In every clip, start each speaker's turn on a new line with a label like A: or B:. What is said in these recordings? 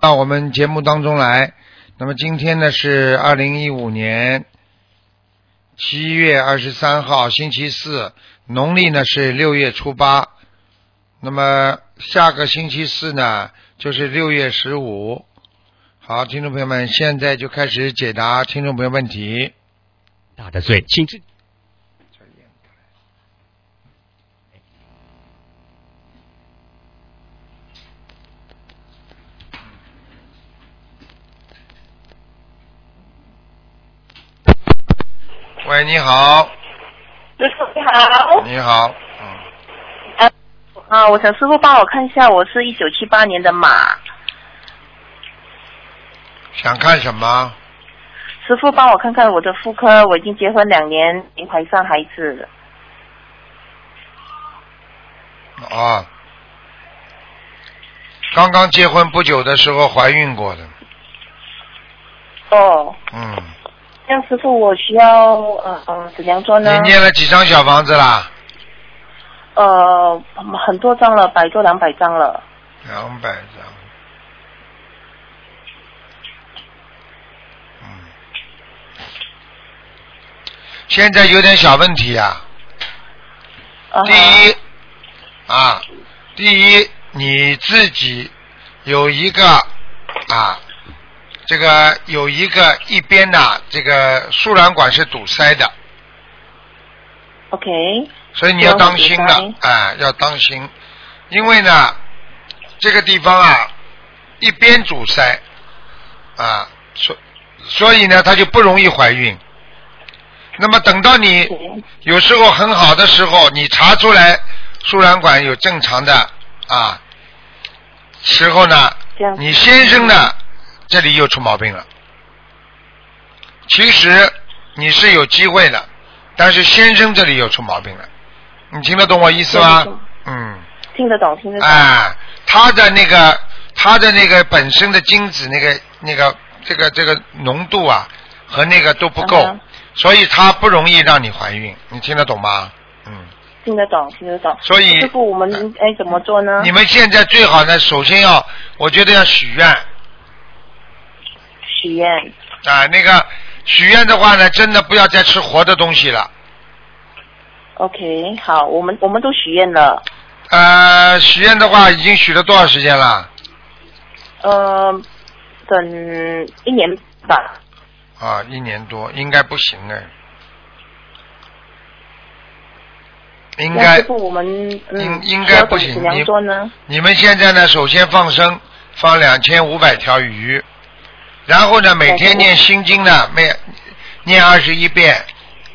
A: 到我们节目当中来。那么今天呢是二零一五年七月二十三号，星期四，农历呢是六月初八。那么下个星期四呢就是六月十五。好，听众朋友们，现在就开始解答听众朋友问题。
B: 大的罪，请至。
A: 喂，你好，
C: 师傅你好，
A: 你好，嗯，
C: 啊，我想师傅帮我看一下，我是一九七八年的马，
A: 想看什么？
C: 师傅帮我看看我的妇科，我已经结婚两年，没怀上孩子，
A: 啊，刚刚结婚不久的时候怀孕过的，
C: 哦，
A: 嗯，
C: 这样师傅我需要呃呃怎样做呢
A: 你？念了几张小房子啦？
C: 呃，很多张了，百多两百张了，
A: 两百张，嗯，现在有点小问题啊。
C: 啊，
A: 第一，啊，第一你自己有一个啊，这个有一个一边呐、这个输卵管是堵塞的，
C: ，OK，
A: 所以你要当心
C: 输卵
A: 的
C: 管，
A: 啊，要当心，因为呢，这个地方啊，一边阻塞，啊，所所以呢，它就不容易怀孕。那么等到你
C: OK，
A: 有时候很好的时候，你查出来输卵管有正常的啊时候呢，
C: 这样，
A: 你先生呢这里又出毛病了。其实你是有机会的，但是先生这里又出毛病了。你听得懂我意思吗
C: 听得懂？
A: 嗯，
C: 听得懂，听得懂，
A: 哎，他的那个他的那个本身的精子那个那个这个这个浓度啊和那个都不够，
C: 嗯哼
A: 所以他不容易让你怀孕。你听得懂吗？嗯，
C: 听得懂，听得懂。
A: 所以啊
C: 师傅，我们应该怎么做呢？
A: 你们现在最好呢，首先要我觉得要许愿。
C: 许愿
A: 啊，那个许愿的话呢，真的不要再吃活的东西了。
C: ，OK，好，我们我们都许愿了。
A: 呃，许愿的话已经许了多少时间了？
C: 呃，等一年吧。
A: 啊，一年多，应该不行哎。应
C: 那
A: 该
C: 师，傅，我们嗯
A: 应，应该不行
C: 需要怎样做呢？
A: 你们现在呢，首先放生，放两千五百条鱼，然后呢，每天念心经呢，每念二十一遍，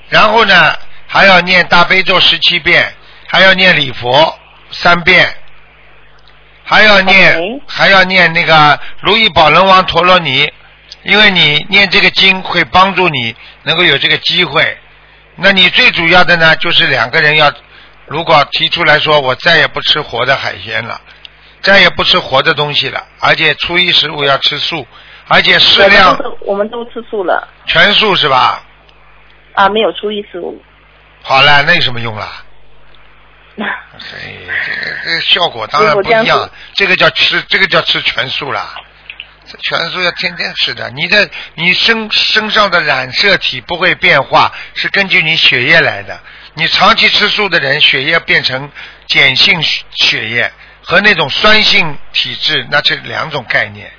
A: 然后呢，还要念大悲咒十七遍，还要念礼佛三遍，还要念
C: OK
A: 还要念那个如意宝轮王陀罗尼，因为你念这个经会帮助你能够有这个机会。那你最主要的呢，就是两个人要如果提出来说我再也不吃活的海鲜了，再也不吃活的东西了，而且初一十五要吃素，而且适量
C: 我们都我们都吃素了
A: 全素是吧？
C: 啊，没有初一十五。
A: 好了，那有什么用啦？哎，这个这个效果当然不一
C: 如果这样
A: 样
C: 子，
A: 这个叫吃，这个叫吃全素啦。这全素要天天吃的，你的你身身上的染色体不会变化，是根据你血液来的。你长期吃素的人，血液变成碱性血血液和那种酸性体质，那是两种概念。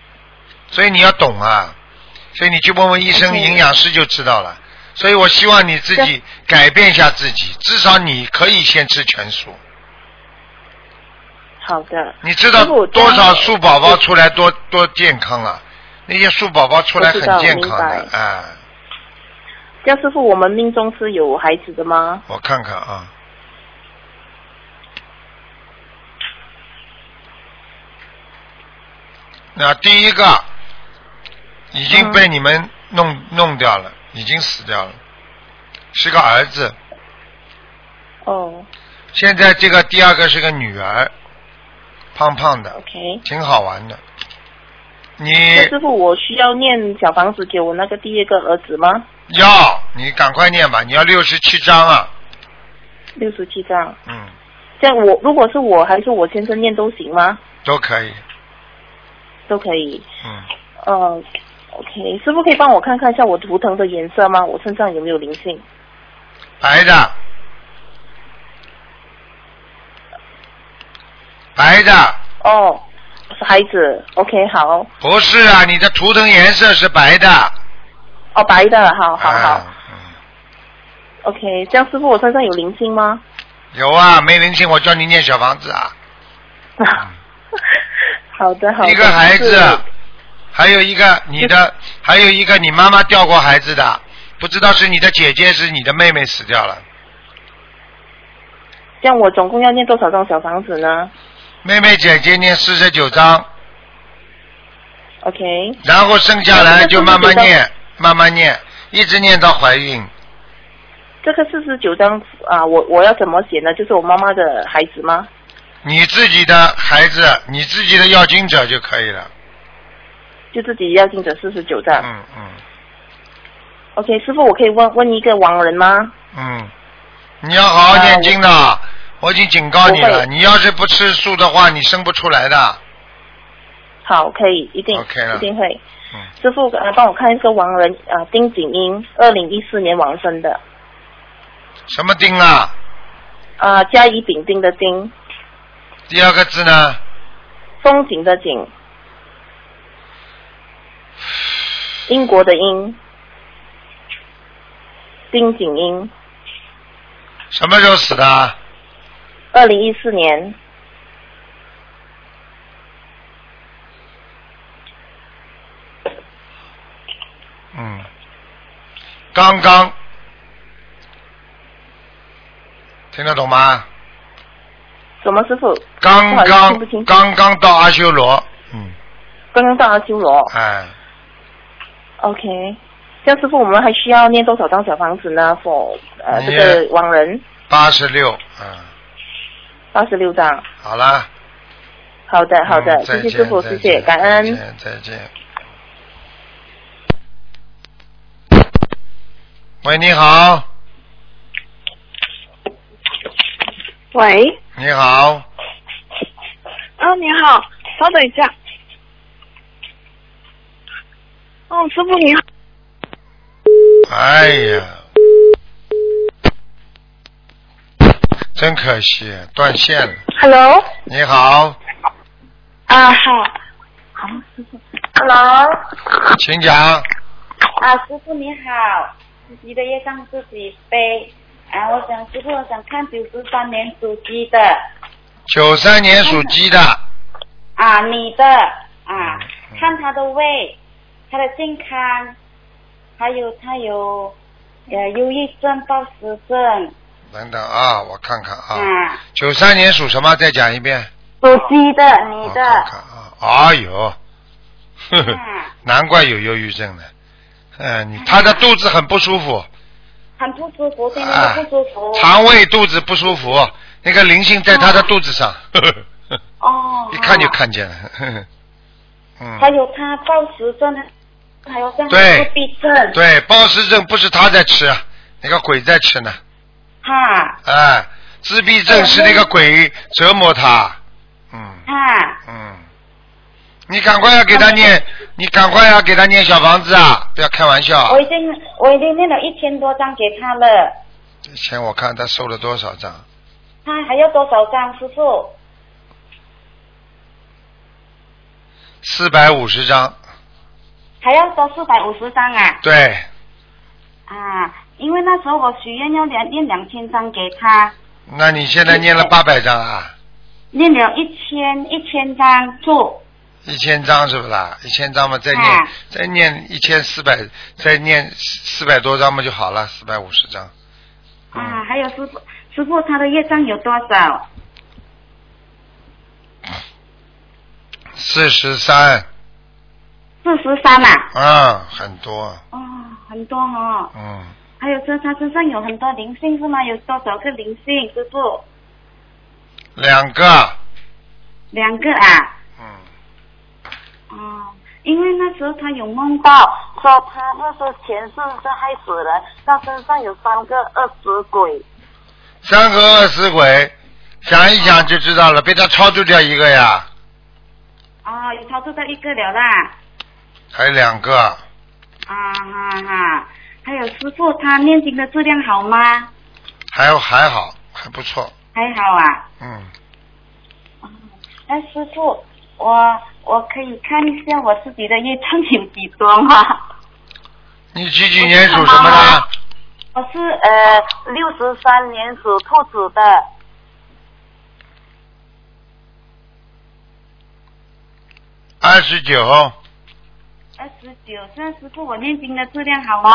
A: 所以你要懂啊，所以你去问问医生、
C: OK
A: 营养师就知道了。所以我希望你自己改变一下自己，至少你可以先吃全素。
C: 好的，
A: 你知道
C: 师傅
A: 多
C: 这样
A: 少素宝宝出来多多健康啊？那些素宝宝出来很健康
C: 我
A: 的
C: 知，
A: 哎，
C: 这样师傅，我们命中是有孩子的吗？
A: 我看看啊。那第一个已经被你们弄、弄掉了，已经死掉了，是个儿子。
C: 哦
A: 现在这个第二个是个女儿，胖胖的，
C: ，OK。
A: 挺好玩的。你
C: 那师傅，我需要念小房子给我那个第一个儿子吗？
A: 要你赶快念吧，你要六十七章啊，
C: 六十七张。
A: 嗯，
C: 这样我如果是我还是我先生念都行吗？
A: 都可以。
C: 都可以。
A: 嗯，
C: 呃，OK，师傅可以帮我看看一下我图腾的颜色吗？我身上有没有灵性？
A: 白的，白的，
C: 哦，是孩子，OK，好，
A: 不是啊，你的图腾颜色是白的。
C: 哦，白的，好好好、
A: 啊嗯
C: o k 这样师傅我身上有灵性吗？
A: 有啊，没灵性，我教你念小房子啊。
C: 好的，好的。
A: 一个孩
C: 就
A: 子
C: 是，
A: 还有一个你的，还有一个你妈妈掉过孩子的，不知道是你的姐姐是你的妹妹死掉了，
C: 这样我总共要念多少张小房子呢
A: 妹妹姐姐念四十九章，
C: ？OK，
A: 然后剩下
C: 那
A: 来
C: 那
A: 就慢慢
C: 49章
A: 念，慢慢念，一直念到怀孕。
C: 这个四十九张啊，我我要怎么写呢？就是我妈妈的孩子吗？
A: 你自己的孩子，你自己的要经者就可以了。
C: 就自己要进者四十九张。
A: 嗯嗯
C: OK，师傅，我可以问问一个亡人吗？
A: 嗯，你要好好念经的，我已经警告你
C: 啊我
A: 了。
C: 会
A: 你要是不吃素的话，你生不出来的。
C: 好，可以，一定
A: OK 了
C: 一定会。
A: 嗯，
C: 师傅，呃，帮我看一个亡人，啊，丁景英，二零一四年往生的，
A: 什么丁啊？
C: 啊，甲乙丙丁的丁，
A: 第二个字呢？
C: 风景的景，英国的英，丁景英，
A: 什么时候死的啊？
C: 二零一四年，
A: 嗯，刚刚，听得懂吗？
C: 什么师傅？
A: 刚
C: 不好意思听
A: 刚
C: 不清
A: 刚刚到阿修罗，嗯，
C: 刚刚到阿修罗。
A: 哎，
C: OK，这样师傅，我们还需要念多少张小房子呢？for
A: 哎
C: 呃这个亡人
A: 八十六，嗯，
C: 二十六张。
A: 好了。
C: 好的，哎好的，
A: 嗯
C: 谢
A: 再见，
C: 谢师傅，
A: 再
C: 谢
A: 见
C: 谢，感
A: 再
C: 恩。
A: 见，再见。喂，你好，
D: 喂，
A: 你好，
D: 啊，你好，稍等一下。哦，师傅你好，
A: 哎呀，真可惜，断线了。
D: ，Hello，
A: 你好，
D: 啊好，
E: Hello，
A: 请讲。
E: 啊，师傅你好，自己的业障自己背。啊，我想师傅，我想看九十三年属鸡的
A: 九三年属鸡的，
E: 啊，你的啊，
A: 嗯
E: 看他的胃，他的健康，还有他有呃忧郁症、暴食症
A: 等等啊，我看看啊，
E: 啊，
A: 九三年属什么？再讲一遍。
E: 属鸡的，你
A: 我
E: 的
A: 看看啊，哎呦， 呵呵
E: 啊，
A: 难怪有忧郁症呢。嗯，你他的肚子很不舒服，
E: 很不舒服，现
A: 啊
E: 在都不舒服。
A: 肠胃肚子不舒服，那个灵性在他的肚子上，呵呵
E: 哦，
A: 一看就
E: 啊。
A: 看见了。 呵呵嗯，
E: 还有他暴食症，还有像自
A: 对
E: 闭症，
A: 对，暴食症不是他在吃，啊那个鬼在吃呢。
E: 哈
A: 哎，自闭症是那个鬼折磨他。嗯
E: 哈。
A: 嗯，你赶快要给他念，你赶快要给他念小房子啊！不要开玩笑啊。
E: 我已经我已经念了一千多张给他了，
A: 以前我看他收了多少张，
E: 他还要多少张，师傅？
A: 四百五十张，
E: 还要收四百五十张啊！
A: 对，
E: 啊，因为那时候我许愿要两念两千张给他，
A: 那你现在念了八百张啊？
E: 念了一千一千张住
A: 一千张是不啦？一千张嘛，再念、
E: 啊
A: 再念一千四百，再念四百多张嘛就好了，四百五十张。
E: 啊，还有师傅师傅他的业障有多少？
A: 四十三，
E: 四十三啊！
A: 啊，很多，
E: 哦，很多哦。
A: 嗯，
E: 还有这他身上有很多灵性是吗？有多少个灵性，师傅？
A: 两个，
E: 两个啊。
A: 嗯，
E: 哦，因为那时候他有梦到哦说他那时候前世是害死人，他身上有三个饿死鬼。
A: 三个饿死鬼，想一想就知道了，被他超度掉一个呀，
F: 哦，有超度到一个了啦。
A: 还有两个，
F: 啊哈哈，还有师傅他念经的质量好吗？
A: 还有还好，还不错，
F: 还好啊。
A: 嗯，
F: 哎，师傅，我我可以看一下我自己的业障有几多吗？
A: 你几几年属什么的？
F: 我是呃六十三年属兔子的，
A: 二十九，
F: 二哎十九。现在师傅我念经的质量好吗？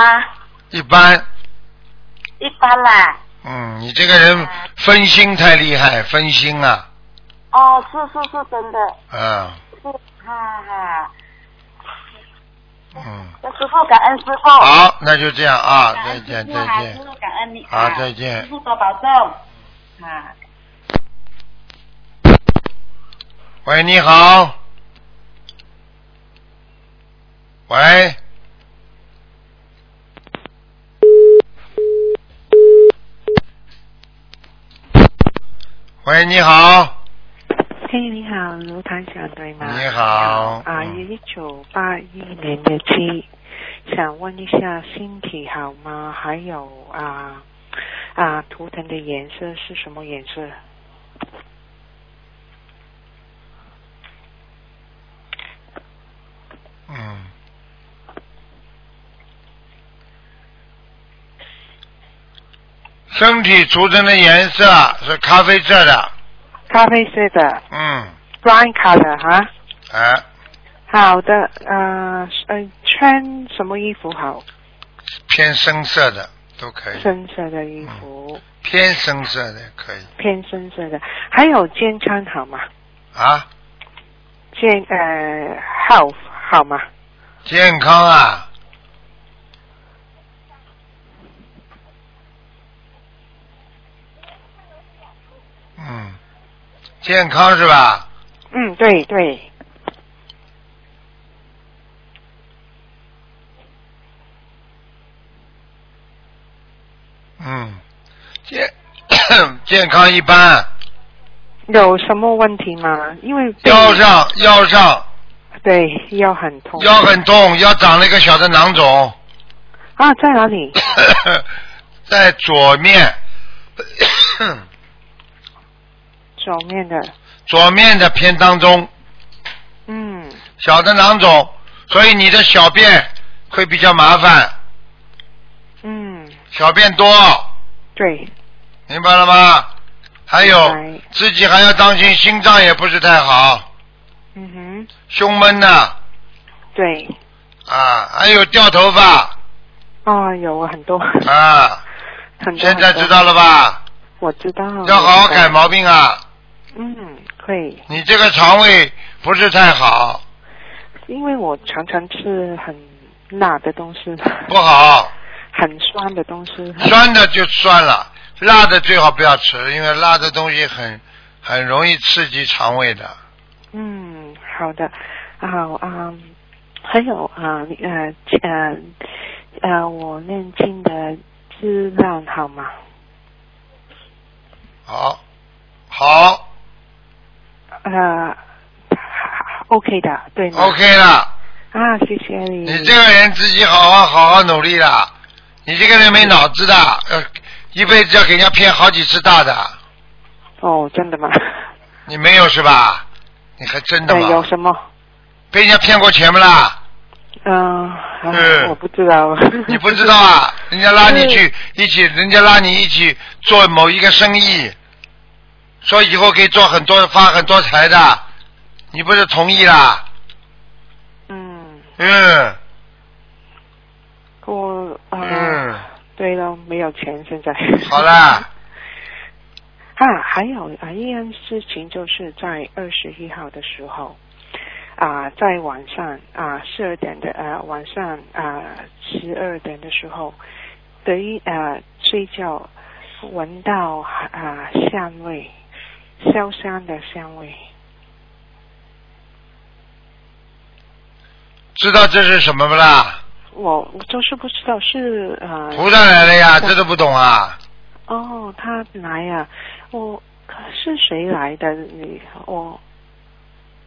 A: 一般。
F: 一般啦。
A: 嗯，你这个人分心太厉害，分心啊，
F: 哦，是是是真的，
A: 嗯
F: 是哈哈。
A: 嗯，
F: 那师傅感恩师傅。
A: 好，那就这样啊，
F: 感
A: 再
F: 恩师
A: 见
F: 傅
A: 再
F: 啊，
A: 见
F: 师。傅感恩你
A: 好
F: 啊，
A: 再见
F: 师傅多保重啊。
A: 喂，你好。喂。喂，你好。
G: 嘿你好，卢台长对吗？
A: 啊你好
G: 啊，
A: 嗯
G: 一九八一年的鸡，想问一下身体好吗？还有啊啊，图腾的颜色是什么颜色？
A: 嗯。身体涂成的颜色是咖啡色的，
G: 咖啡色的
A: 嗯，
G: ，brown color 哈。
A: 哎，
G: 好的，啊呃，穿什么衣服好？
A: 偏深色的都可以，
G: 深色的衣
A: 嗯
G: 服，
A: 偏深色的也可以
G: 偏深色的。还有健康好吗？
A: 啊，
G: 健呃 health 好吗？
A: 健康啊，嗯，健康是吧？
G: 嗯，对对。
A: 嗯，健 健康一般，
G: 有什么问题吗？因为被
A: 腰上腰上
G: 对腰很痛。
A: 腰很痛，腰长了一个小的囊 肿，
G: 啊，在哪里？
A: 在左面，
G: 左面的。
A: 左面的偏当中，
G: 嗯，
A: 小的囊肿，所以你的小便会比较麻烦，
G: 嗯，
A: 小便多，
G: 对，
A: 明白了吗？还有
G: 明白
A: 自己还要当心，心脏也不是太好，
G: 嗯哼，
A: 胸闷呐
G: 对。
A: 啊还有掉头发
G: 哦，有很多，
A: 啊，
G: 很多。
A: 现在知
G: 很多
A: 道了吧？
G: 我知道。
A: 要好好
G: 我知道
A: 改。毛病啊！
G: 嗯，会，
A: 你这个肠胃不是太好，
G: 因为我常常吃很辣的东西，
A: 不好，
G: 很酸的东西。
A: 酸的就算了，辣的最好不要吃，因为辣的东西很很容易刺激肠胃的。
G: 嗯，好的，好啊、嗯还有啊，你呃呃呃，我念经的质量好吗？
A: 好，好
G: 呃，OK 的，对吗
A: ，OK 了。
G: 啊，谢谢你。
A: 你这个人自己好好好好努力啦，你这个人没脑子的，要一辈子要给人家骗好几次大的，
G: 哦，真的吗？
A: 你没有是吧？你还真的
G: 对，哎有
A: 吗？
G: 什么？
A: 被人家骗过钱不啦？
G: 嗯、啊
A: 嗯
G: 我不知道。
A: 你不知道啊？人家拉你去一起，人家拉你一起做某一个生意，说以后可以做很多发很多财的，你不是同意啦？
G: 嗯，
A: 嗯
G: 我啊、
A: 嗯，
G: 对了，没有钱现在。
A: 好啦，
G: 啊，还有啊，一件事情就是在二十一号的时候，啊，在晚上啊十二点的呃晚上啊十二点的时候，得一呃睡觉闻到啊香味，烧香的香味，
A: 知道这是什么不啦？
G: 我我就是不知道是啊
A: 菩萨来了呀，这都不懂啊？
G: 哦，他来呀、我是谁来的？你我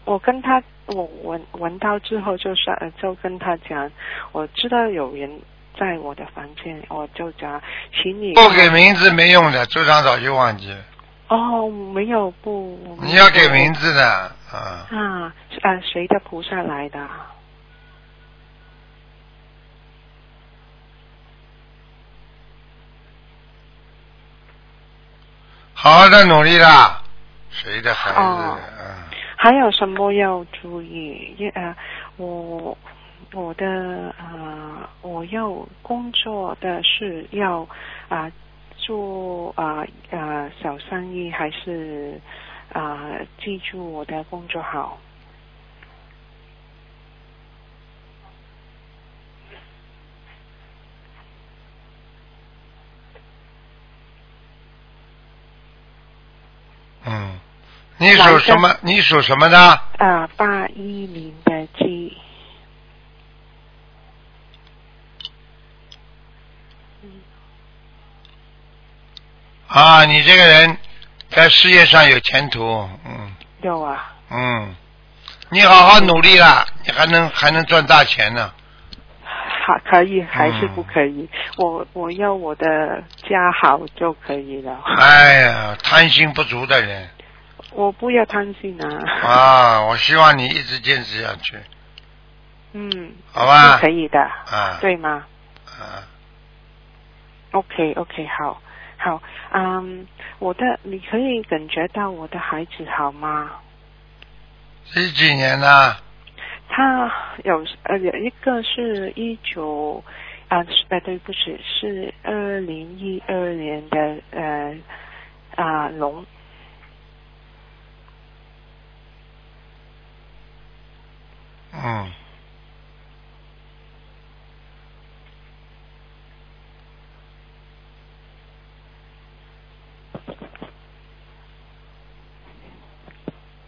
G: 我跟他，我闻闻到之后就是呃，就跟他讲，我知道有人在我的房间，我就讲，请你
A: 不给名字没用的，周长早就忘记了。
G: 哦，没有不，我没
A: 你要给
G: 有
A: 名字的啊，
G: 啊，是啊，谁的菩萨来的？
A: 好好的努力啦。谁的孩子？
G: 哦
A: 嗯，
G: 还有什么要注意？因呃，我我的呃，我要工作的是要啊、做啊啊小生意，还是啊、记住我的工作好？
A: 嗯，你属什么？你属什么的？
G: 啊、八一年的鸡。
A: 啊，你这个人在事业上有前途，嗯
G: 有啊，
A: 嗯，你好好努力啦，你还能还能赚大钱呢。
G: 还可以还是不可
A: 嗯
G: 以？我我要我的家好就可以了，
A: 哎呀，贪心不足的人
G: 我不要贪心啊。
A: 啊，我希望你一直坚持下去，
G: 嗯，
A: 好
G: 是
A: 吧
G: 可？以的，
A: 啊，
G: 对吗？
A: 啊，
G: OK OK，好，好，嗯，我的你可以感觉到我的孩子好吗？
A: 几几年呢？
G: 他有呃有一个是一九啊呃对不起是二零一二年的呃啊、龙
A: 嗯，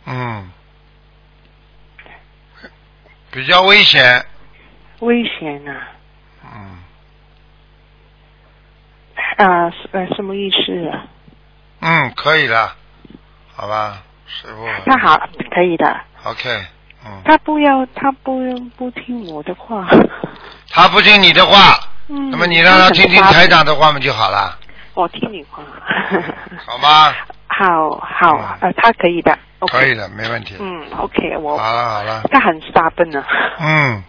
A: 嗯，比较危险，
G: 危险啊
A: 嗯
G: 啊是呃什么意思啊？
A: 嗯，可以了，好吧，师傅
G: 他好可以的，
A: ，OK，嗯，
G: 他不要他不不听我的话，
A: 他不听你的话，
G: 嗯，
A: 那么你让他听听
G: 很
A: 台长的话嘛就好了，
G: 我听你话，
A: 好吗？
G: 好好
A: 嗯
G: 呃他可以的，OK
A: 可以的，没问题。
G: 嗯，OK，
A: 好
G: 我
A: 了好了，
G: 他很 stubborn 啊。
A: 嗯，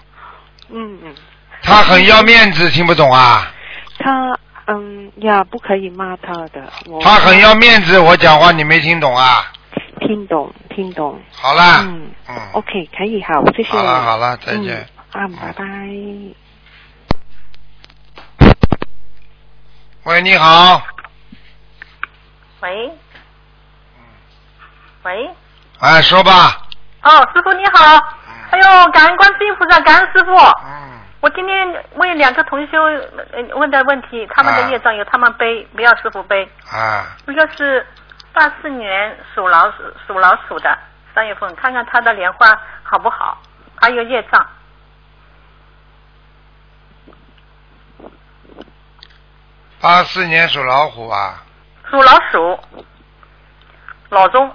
G: 嗯嗯，
A: 他很要面子，听不懂啊？
G: 他嗯呀，不可以骂他的。我
A: 他很要面子，我讲话你没听懂啊？
G: 听懂，听懂。
A: 好啦，
G: 嗯
A: 嗯，
G: OK，可以，好，谢谢。
A: 好了好了，再见。嗯
G: 嗯、啊，拜拜。
A: 喂，你好，
H: 喂，喂，
A: 哎，说吧。
H: 哦，师傅你好，哎呦，感恩观世音菩萨，感恩师傅。
A: 嗯，
H: 我今天问两个同修呃问的问题，他们
A: 啊
H: 的业障由他们背，不要师傅背。
A: 啊，
H: 一个是八四年属老鼠属老鼠的，三月份看看他的莲花好不好，还有业障。
A: 八四年属老虎啊，
H: 属老鼠，老钟，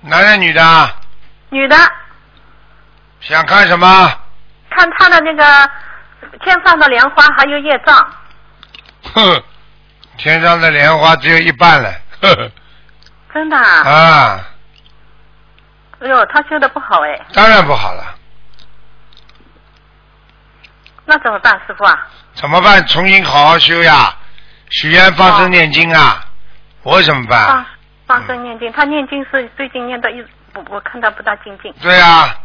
A: 男的女的啊？
H: 女的，
A: 想看什么？
H: 看她的那个天上的莲花还有业障，
A: 哼，天上的莲花只有一半了，呵呵
H: 真的啊，
A: 啊，
H: 哎呦，她修的不好哎，
A: 当然不好了。
H: 那怎么办，师傅啊？
A: 怎么办？重新好好修呀，许愿、放生、念经啊！我怎么办？
H: 放放生念经，她念经是最近念的一，我我看她不大精进。
A: 对啊，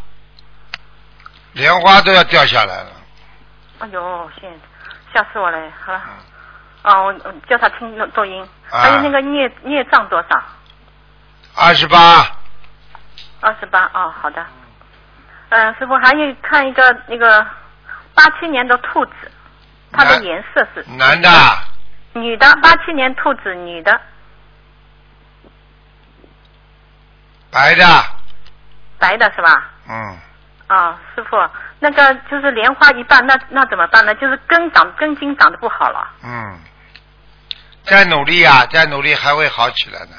A: 莲花都要掉下来了。
H: 哎呦，现吓死我了，好了，啊，我我叫她听录录音，
A: 啊
H: 还有那个孽孽障多少？
A: 二十八，
H: 二十八哦，好的。嗯，师傅还有看一个那个八七年的兔子，它的
A: 男
H: 颜色是
A: 男的，
H: 女的，八七年兔子女的，
A: 白的，
H: 白的是吧？
A: 嗯，
H: 啊，师傅，那个就是莲花一半，那那怎么办呢？就是根长根茎长得不好了。
A: 嗯，再努力啊，再努力还会好起来的。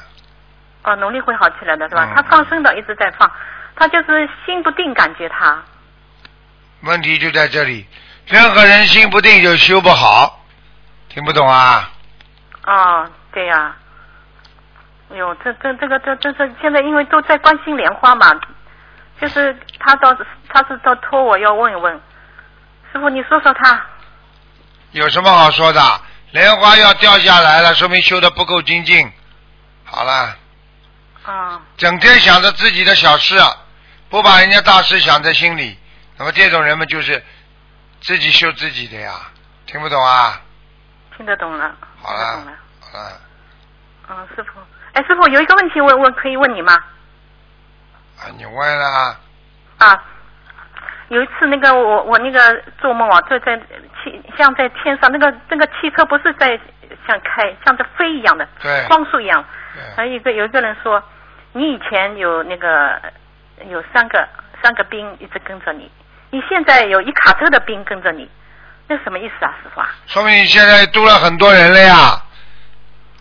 H: 哦，努力会好起来的是吧
A: 嗯？
H: 他放生的一直在放，他就是心不定，感觉他
A: 问题就在这里，任何人心不定就修不好，听不懂啊？
H: 哦，对呀、哎呦，这这这个这这这现在因为都在关心莲花嘛，就是他到他是到托我要问一问，师傅你说说他
A: 有什么好说的？莲花要掉下来了，说明修的不够精进。好了，
H: 啊、
A: 整天想着自己的小事，啊不把人家大事想在心里，那么这种人们就是自己修自己的呀，听不懂啊？
H: 听得懂了，
A: 好
H: 听得懂了
A: 了，，好了，
H: 嗯，师傅，哎，师傅有一个问题问问可以问你吗？
A: 啊，你问了，
H: 啊，有一次那个我我那个做梦啊，就在汽像在天上，那个那个汽车不是在像开像在飞一样的，
A: 对
H: 光速一样。还
A: 对，
H: 有一个有一个人说，你以前有那个有三个三个兵一直跟着你，你现在有一卡车的兵跟着你，那什么意思啊，师傅啊？
A: 说明你现在度了很多人了呀，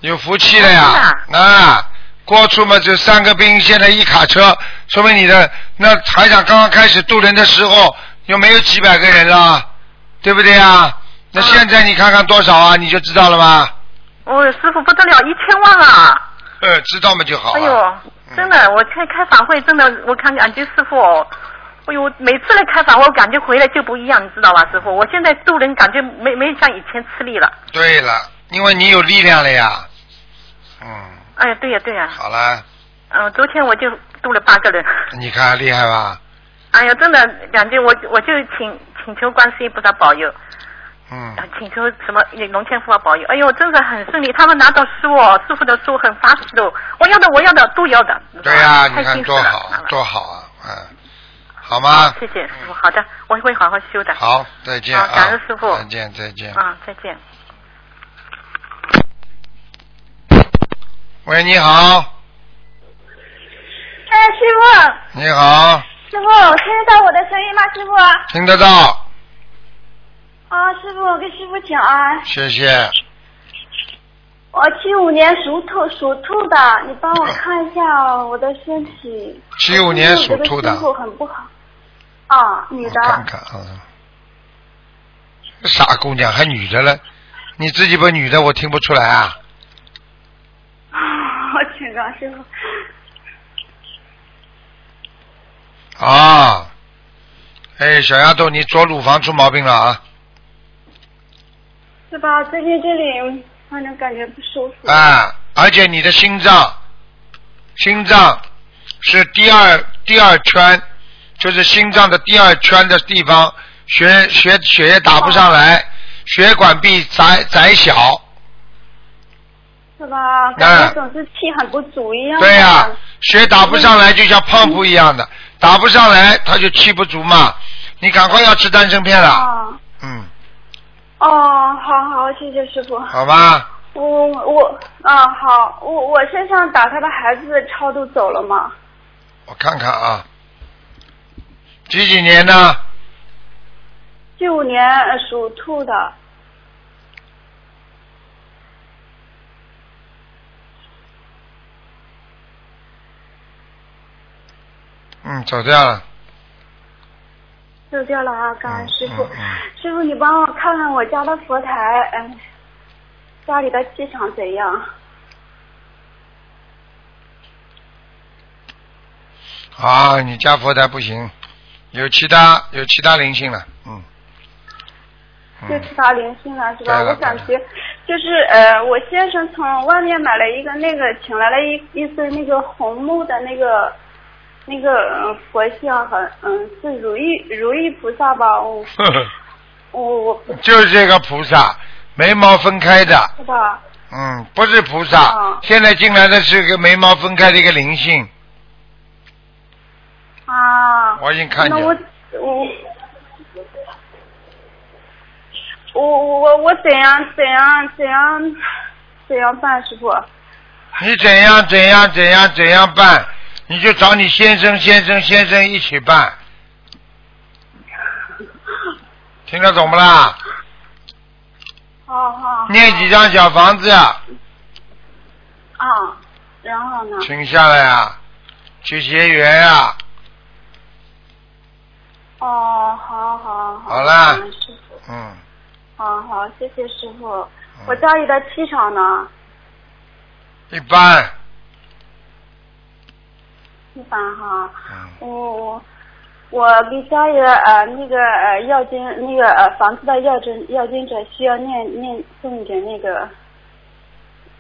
A: 有福气了呀，啊，过去嘛就三个兵，现在一卡车，说明你的那台长刚刚开始渡人的时候，又没有几百个人了，对不对呀？
H: 嗯
A: 那现在你看看多少啊，你就知道了吧？
H: 哦，师傅不得了，一千万啊！
A: 呃，知道嘛就好嗯
H: 哎
A: 了。
H: 呦，真的，我开开法会真的，我看感觉师傅哦，哎呦，每次来开法会，我感觉回来就不一样，你知道吧，师傅？我现在渡人感觉没没像以前吃力了。
A: 对了，因为你有力量了呀。嗯，
H: 哎，对呀、对呀、
A: 好了，
H: 嗯、昨天我就渡了八个 人。
A: 你看厉害吧？
H: 哎呀，真的感觉我我就请请求观世音菩萨保佑，
A: 嗯，
H: 啊请求什么龙天护法保佑。哎呦，真的很顺利，他们拿到书哦，师傅的书很发喜的哦，我要的我要的都要的。
A: 对呀、
H: 太
A: 你看
H: 幸福
A: 多
H: 了
A: 好
H: 妈妈
A: 多好啊，嗯，好吗？
H: 谢谢师傅，好的，我会好好修的。
A: 好，再见
H: 好
A: 啊！
H: 感恩师父
A: 再见再见。
H: 啊，再见。
A: 喂，你好，
D: 哎，师傅，
A: 你好，
D: 师傅，听得到我的声音吗？师傅，
A: 听得到，
D: 啊，师傅，我跟师傅讲啊，
A: 谢谢。
D: 我七五年属兔属兔的，你帮我看一下哦我的身体。
A: 七五年属兔
D: 我
A: 的
D: 的，身体很不好。啊，女
A: 我
D: 的。
A: 看看啊，嗯傻姑娘还女的了，你自己不女的，我听不出来啊。
D: 啊， 我请个师傅。
A: 啊，哎，小丫头，你左乳房出毛病了啊！
D: 是吧？最近这里反正感觉不舒服。
A: 啊，而且你的心脏，心脏是第二第二圈，就是心脏的第二圈的地方，血血血液打不上来，血管壁窄窄小，
D: 是吧？感觉总是气很不足一样。
A: 啊对呀、血打不上来就像胖虎一样的，打不上来他就气不足嘛，你赶快要吃丹参片了，
D: 啊。
A: 嗯，
D: 哦，好好，谢谢师傅。
A: 好吧，
D: 我我啊好，我我身上打他的孩子的超度走了吗？
A: 我看看啊，几几年呢？
D: 九五年呃属兔的，
A: 嗯，走掉了，
D: 走掉了啊！感恩师傅，
A: 嗯嗯嗯
D: 师傅你帮我看看我家的佛台，嗯，家里的气场怎样？
A: 啊，你家佛台不行，有其他有其他灵性了，嗯，
D: 就
A: 嗯
D: 其他灵性啊了是吧？
A: 对了
D: 我感觉就是呃，我先生从外面买了一个那个，请来了一一尊那个红木的那个那个、呃佛像和，很嗯是如意如意菩萨吧？我
A: 呵呵
D: 我我不
A: 就是这个菩萨，眉毛分开的，
D: 知道。
A: 嗯，不是菩萨，
D: 哦
A: 现在进来的是个眉毛分开的一个灵性，
D: 啊，
A: 我已经看
D: 那
A: 见
D: 我
A: 了，
D: 我我我我怎样怎样怎样怎样办，师傅？哦
A: 你怎样怎样怎样怎样办，你就找你先生先生先生一起办，听得懂不啦？
D: 好好。
A: 念几张小房子，
D: 啊，然后呢？
A: 请下来啊，去结缘啊，
D: 哦，好好好。
A: 好啦
D: 嗯师傅，
A: 嗯，
D: 好好，谢谢师傅。我家里的气场呢，
A: 一般，
D: 一般哈。
A: 嗯，
D: 我我我给家里的呃那个呃药经那个呃房子的药经药经者需要念念送一点那个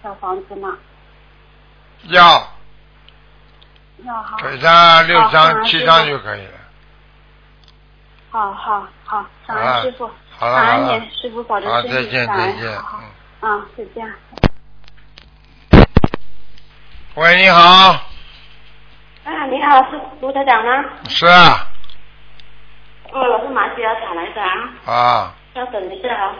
D: 小房子嘛。
A: 要
D: 那好，
A: 给他六
D: 好好
A: 张、七张
D: 谢谢
A: 就可以了。
D: 好好好，感
A: 好
D: 恩
A: 了
D: 师傅，
A: 好了
D: 感
A: 好
D: 恩
A: 了
D: 你师傅保重
A: 好，
D: 身
A: 再
D: 体，
A: 见，
D: 感
A: 再
D: 恩
A: 见。
D: 好好
A: 嗯
D: 嗯，再见。
A: 喂，你好，
E: 啊，你好，是卢台长吗？
A: 是啊，
E: 嗯，我是马西尔打来的啊，
A: 啊，
E: 稍等一下啊。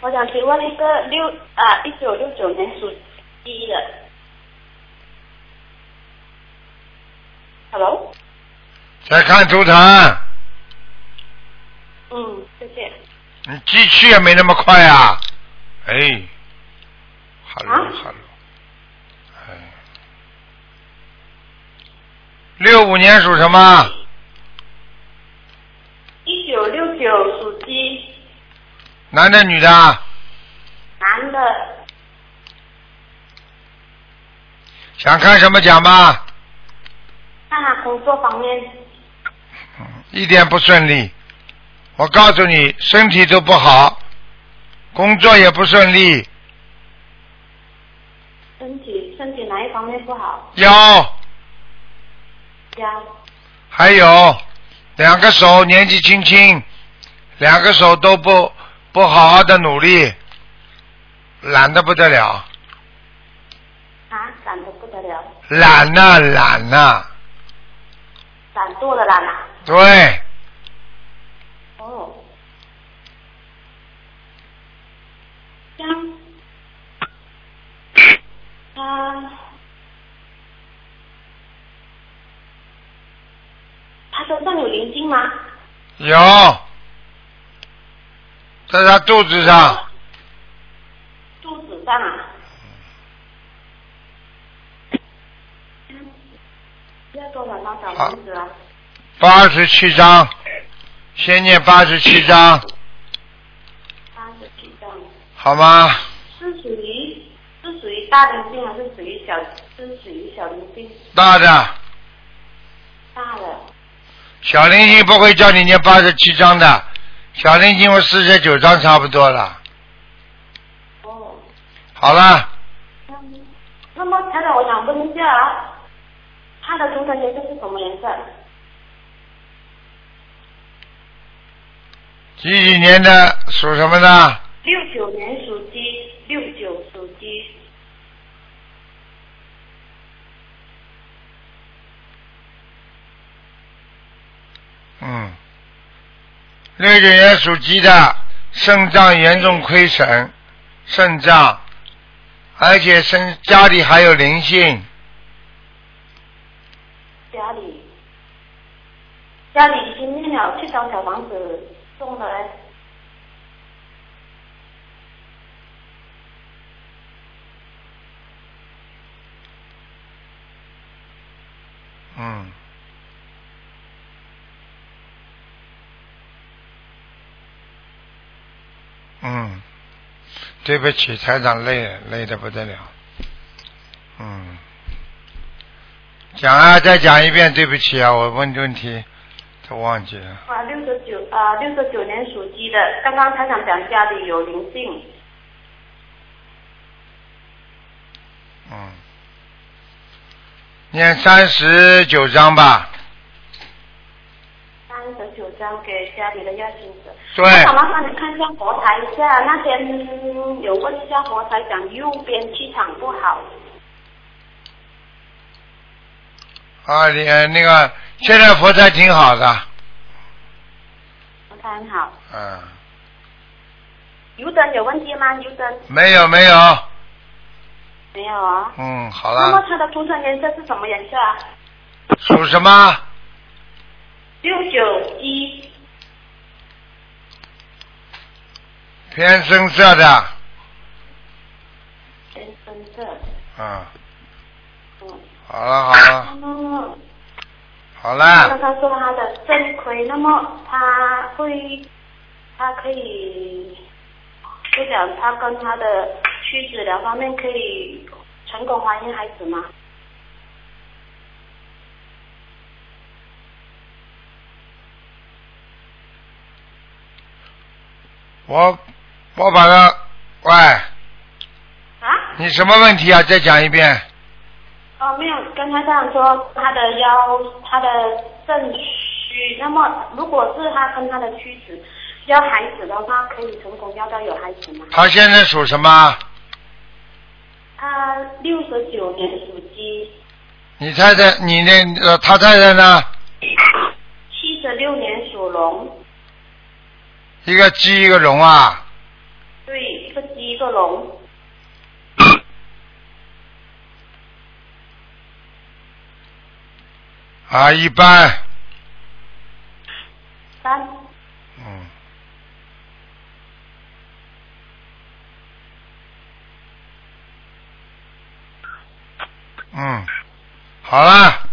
E: 我想请问一个六啊，一九六九年属鸡的，Hello，
A: 在看图腾，
E: 嗯，谢谢。
A: 你机器也没那么快啊，哎，hello
E: 啊
A: hello，哎，六五年属什么？
E: 一九六九属鸡，
A: 男的女的啊？
E: 男的，
A: 想看什么讲吧？
E: 看他工作方面，
A: 一点不顺利，我告诉你，身体都不好，工作也不顺利，
E: 身体身体哪一方面不好？
A: 腰
E: 腰，
A: 还有两个手年纪轻轻，两个手都不不好好的努力，懒得不得了，
E: 啊，懒得不得了，
A: 懒呐、懒呐、
E: 懒惰的懒啊，
A: 对，
E: 哦，像他，他身上有灵性吗？
A: 有，在他肚子上，
E: 肚子上啊？要多少张小房子啊？
A: 八十七章，先念八十七章，
E: 八十几张，
A: 好吗？
E: 是属于是属于大灵性还是属于小？是属于小灵性？
A: 大的。
E: 大的。
A: 小灵性不会叫你念八十七章的，小灵性我四十九章差不多了。
E: 哦。
A: 好了，
E: 嗯那么台长，我想问一下啊，它的图腾颜色是什么颜色？
A: 几几年的属什么的？
E: 六九年属鸡，六九属鸡。
A: 嗯，六九年属鸡的，肾脏严重亏损，肾脏，而且身家里还有灵性，
E: 家里家里已经念了去找小房子送的嘞，
A: 嗯，嗯，对不起，台长累了，累得不得了。嗯，讲啊，再讲一遍，对不起啊，我问问题都忘记了。
E: 啊，六十九啊，六十九年属鸡的，刚刚台长讲家里有灵性，
A: 嗯，念三十九章吧。
E: 三十九张给家里的要金子。
A: 对
E: 我想麻烦你看一下佛台一下，那天嗯有问一下佛台讲右边气场不好，
A: 啊，你呃那个现在佛台挺好的，
E: 佛台很好。
A: 嗯，
E: 油灯有问题吗？油灯
A: 没有没有，
E: 没有啊。
A: 嗯，好
E: 那么
A: 了，
E: 它的涂层颜色是什么颜色啊？
A: 属什么？
E: 六九一
A: 偏深色的，
E: 深深色。
A: 嗯，
E: 嗯。
A: 好了好了
E: 那么，
A: 好
E: 那
A: 了，
E: 他说他的肾亏，那么他会，他可以，就讲他跟他的妻子两方面可以成功怀孕孩子吗？
A: 我我把它，喂，
E: 啊？
A: 你什么问题啊？再讲一遍。
E: 哦，没有，跟他这样说，他的腰，他的肾虚。那么，如果是他跟他的妻子要孩子的话，可以成功要到有孩子吗？
A: 他现在属什么？
E: 他六十九年属鸡，
A: 你太太，你那呃，他太太呢？
E: 七十六年属龙，
A: 一个鸡一个龙啊，
E: 对，一个鸡一个龙。
A: 啊，一般，
E: 三，
A: 嗯，嗯，好了，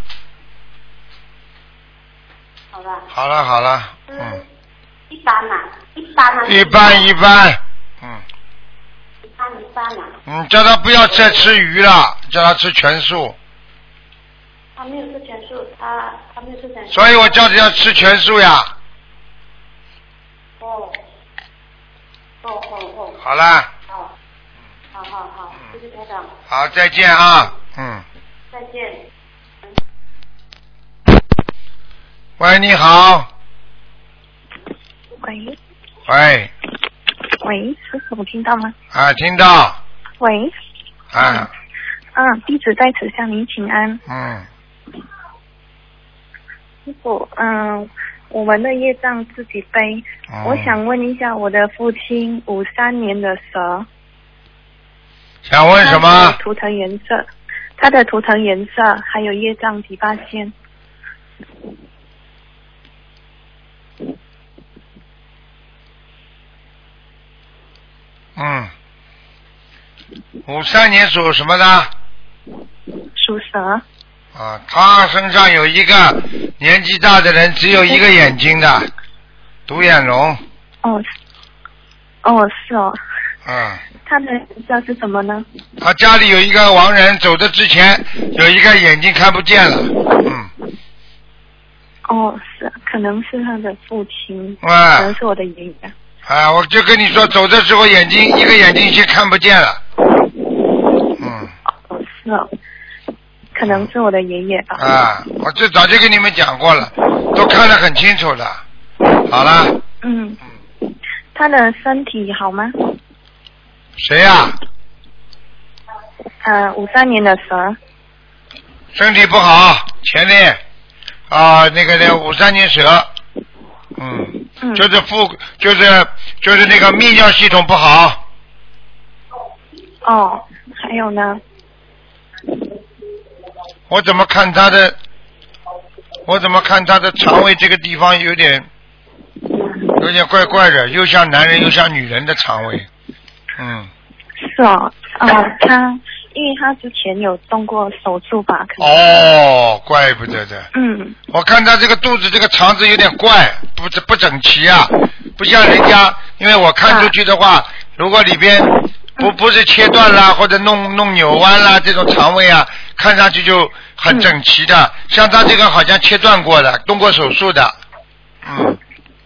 E: 好吧，
A: 好了，好了，嗯，
E: 一般呐、一般呐、
A: 一般一，般，嗯，
E: 一般一般呐、
A: 你叫他不要再吃鱼了，叫他吃全素。
E: 他没有吃全素，他他没有吃全素。
A: 所以我叫他要吃全素呀。
E: 哦，哦哦哦，
A: 好了，
E: 好，好好好，谢谢台长，
A: 好，再见啊，嗯，
E: 再见。
A: 喂，你好，
I: 喂
A: 喂，
I: 喂，师傅，我听到吗？
A: 啊，听到，
I: 喂，
A: 啊，
I: 啊，弟子在此向您请安，
A: 嗯，
I: 师傅，嗯，我们的业障自己背。
A: 嗯
I: 我想问一下，我的父亲五三年的蛇，
A: 想问什
I: 他
A: 么
I: 的？图腾颜色，他的图腾颜色还有业障几八线？
A: 嗯，五三年属什么的？
I: 属蛇，
A: 啊，他身上有一个年纪大的人，只有一个眼睛的，独眼龙。
I: 哦，哦是哦，
A: 嗯，
I: 他的颜色是什么呢？
A: 他家里有一个亡人，走的之前有一个眼睛看不见了。嗯，
I: 哦是，可能是他的父亲，
A: 哇
I: 可能是我的爷爷。
A: 啊，我就跟你说，走的时候眼睛一个眼睛已经看不见了。嗯，
I: 哦是哦，可能是我的爷爷吧。
A: 啊，我这早就跟你们讲过了，都看得很清楚的。好了，
I: 嗯，他的身体好吗？
A: 谁呀、
I: 呃，五三年的蛇，
A: 身体不好，前列啊、那个那五三年蛇，嗯，
I: 嗯，
A: 就是腹就是就是那个泌尿系统不好，
I: 哦，还有呢，
A: 我怎么看他的，我怎么看他的肠胃这个地方有点有点怪怪的，又像男人又像女人的肠胃，嗯，
I: 是哦，哦，他因为他之前有动过手术吧？可能，
A: 哦，怪不得的，
I: 嗯，
A: 我看他这个肚子这个肠子有点怪，不不整齐啊，不像人家，因为我看出去的话，如果里边不不是切断啦，或者弄弄扭弯啦，这种肠胃啊，看上去就很整齐的。像他这个好像切断过的，动过手术的，嗯，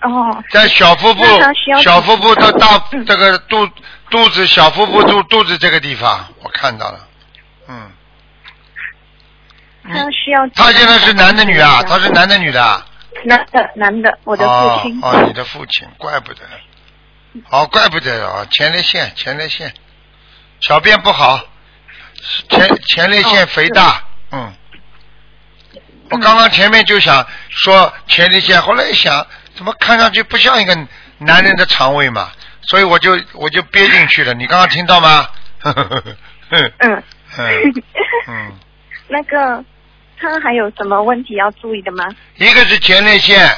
I: 哦，
A: 在小腹部
I: 那他需要
A: 小腹部到大
I: 嗯
A: 这个肚肚子小腹部肚肚子这个地方，我看到了，嗯，
I: 他需要
A: 他现在是男的女啊？他是男的女的啊？
I: 男的男的，我的父亲，
A: 哦。哦，你的父亲，怪不得。哦，怪不得哦，前列腺，前列腺，小便不好，前前列
I: 哦
A: 腺肥大，嗯。我刚刚前面就想说前列腺，后来一想，怎么看上去不像一个男人的肠胃嘛，所以我就我就憋进去了。你刚刚听到吗？
I: 嗯，
A: 嗯嗯，
I: 那个他还有什么问题要注意的吗？
A: 一个是前列腺，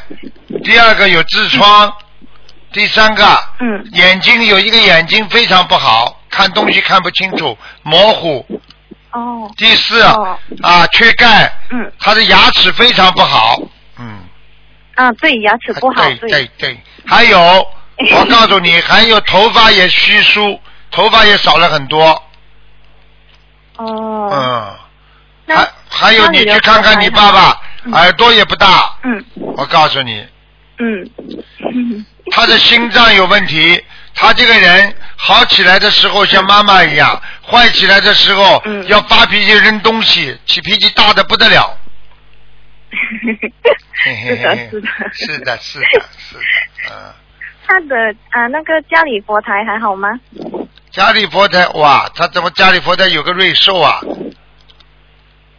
A: 第二个有痔疮，第三个，
I: 嗯，
A: 眼睛有一个眼睛非常不好，看东西看不清楚，模糊。
I: 哦。
A: 第四，
I: 哦
A: 啊，缺钙。
I: 嗯。
A: 他的牙齿非常不好。嗯
I: 啊，对，牙齿不好，
A: 对对对，还 有，我告诉你，还有头发也稀疏，头发也少了很多。
I: 哦，
A: 嗯，
I: 那
A: 还还有，你去看看你爸爸，耳朵也不大。
I: 嗯。
A: 我告诉你，
I: 嗯，嗯
A: 他的心脏有问题。他这个人好起来的时候像妈妈一样，坏起来的时候、
I: 嗯
A: 要发脾气扔东西，起脾气大的不得了。
I: 是
A: 是
I: 的，是的。
A: 是的，是的，是的，嗯。
I: 他的啊，那个家里佛台还好吗？
A: 家里佛台哇，他怎么家里佛台有个瑞兽啊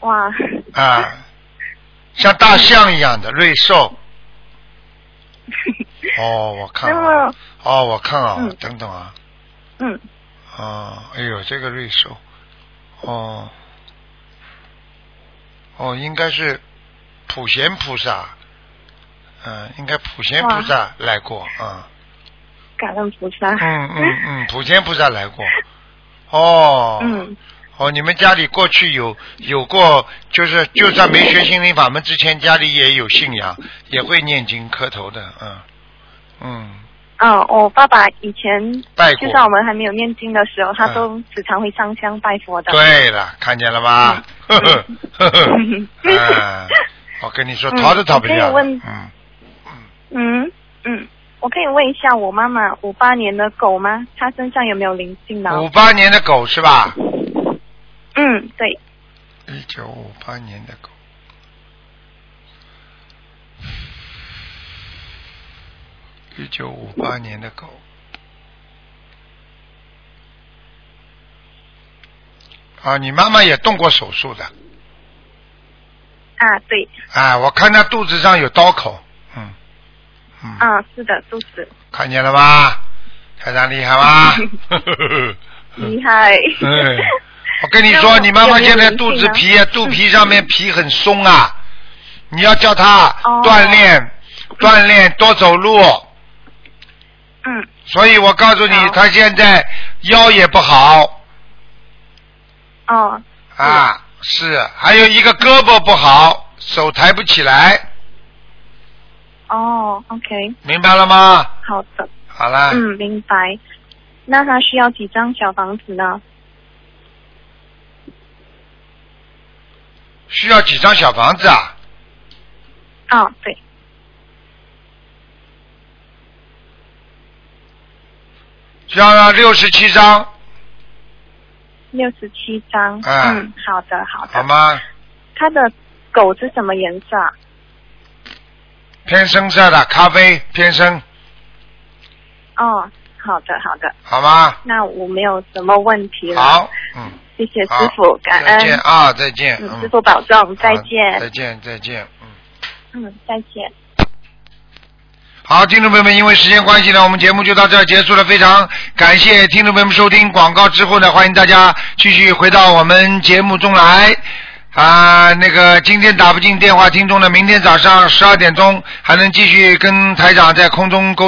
I: 哇，
A: 啊，像大象一样的瑞兽。哦，我看
I: 那
A: 啊，
I: 么
A: 哦，我看啊
I: 嗯，
A: 等等啊，
I: 嗯，
A: 哦，哎呦，这个瑞兽，哦，哦，应该是普贤菩萨，嗯，应该普贤菩萨来过啊。
I: 感恩菩萨。
A: 嗯嗯嗯，普贤菩萨来过。哦。
I: 嗯。
A: 哦，你们家里过去有有过，就是就算没学心灵法门之前，家里也有信仰，也会念经磕头的，嗯嗯，
I: 啊，我爸爸以前
A: 拜
I: 就
A: 过。
I: 在我们还没有念经的时候，他
A: 嗯
I: 都时常会上香拜佛的。
A: 对了，看见了吧？呵呵呵呵， 嗯，我跟你说，
I: 嗯
A: 逃都逃不掉
I: 我可以问
A: 的。嗯，
I: 嗯嗯，我可以问一下我妈妈五八年的狗吗？它身上有没有灵性呢？
A: 五八年的狗是吧？
I: 嗯，对，
A: 一九五八年的狗。一九五八年的狗，啊，你妈妈也动过手术的，
I: 啊对，
A: 啊，我看她肚子上有刀口，嗯，嗯，
I: 啊是的，肚子
A: 看见了吧？台长厉害 吧？
I: 厉害。
A: 嗯，我跟你
I: 那
A: 说，
I: 我
A: 你妈妈
I: 有没有
A: 现在
I: 灵
A: 肚
I: 性
A: 子
I: 呢
A: 皮啊，肚皮上面皮很松啊，你要叫她锻炼、
I: 哦
A: 锻炼，多走路。
I: 嗯。
A: 所以我告诉你，她现在腰也不好
I: 哦，
A: 啊，是，还有一个胳膊不好，手抬不起来，
I: 哦，OK，
A: 明白了吗？
I: 好的，
A: 好啦，
I: 嗯，明白。那他需要几张小房子呢？
A: 需要几张小房子啊？
I: 啊、对，
A: 需要六十七张，
I: 六十七张。
A: 啊
I: 嗯，好的，好的。
A: 好吗？
I: 他的狗是什么颜色啊？
A: 偏深色的咖啡，偏深，
I: 哦，好的，好的。
A: 好吗？
I: 那我没有什么问题了。，
A: 好，嗯。
I: 谢谢师
A: 好
I: 傅，感恩。
A: 再见啊，再见，
I: 呃嗯，
A: 嗯
I: 师傅保重，再
A: 好
I: 见。
A: 再见，再见，嗯。
I: 嗯，再见。
A: 好，听众朋友们，因为时间关系呢，我们节目就到这儿结束了。非常感谢听众朋友们收听广告之后呢，欢迎大家继续回到我们节目中来。啊，那个今天打不进电话听众呢，明天早上十二点钟还能继续跟台长在空中沟。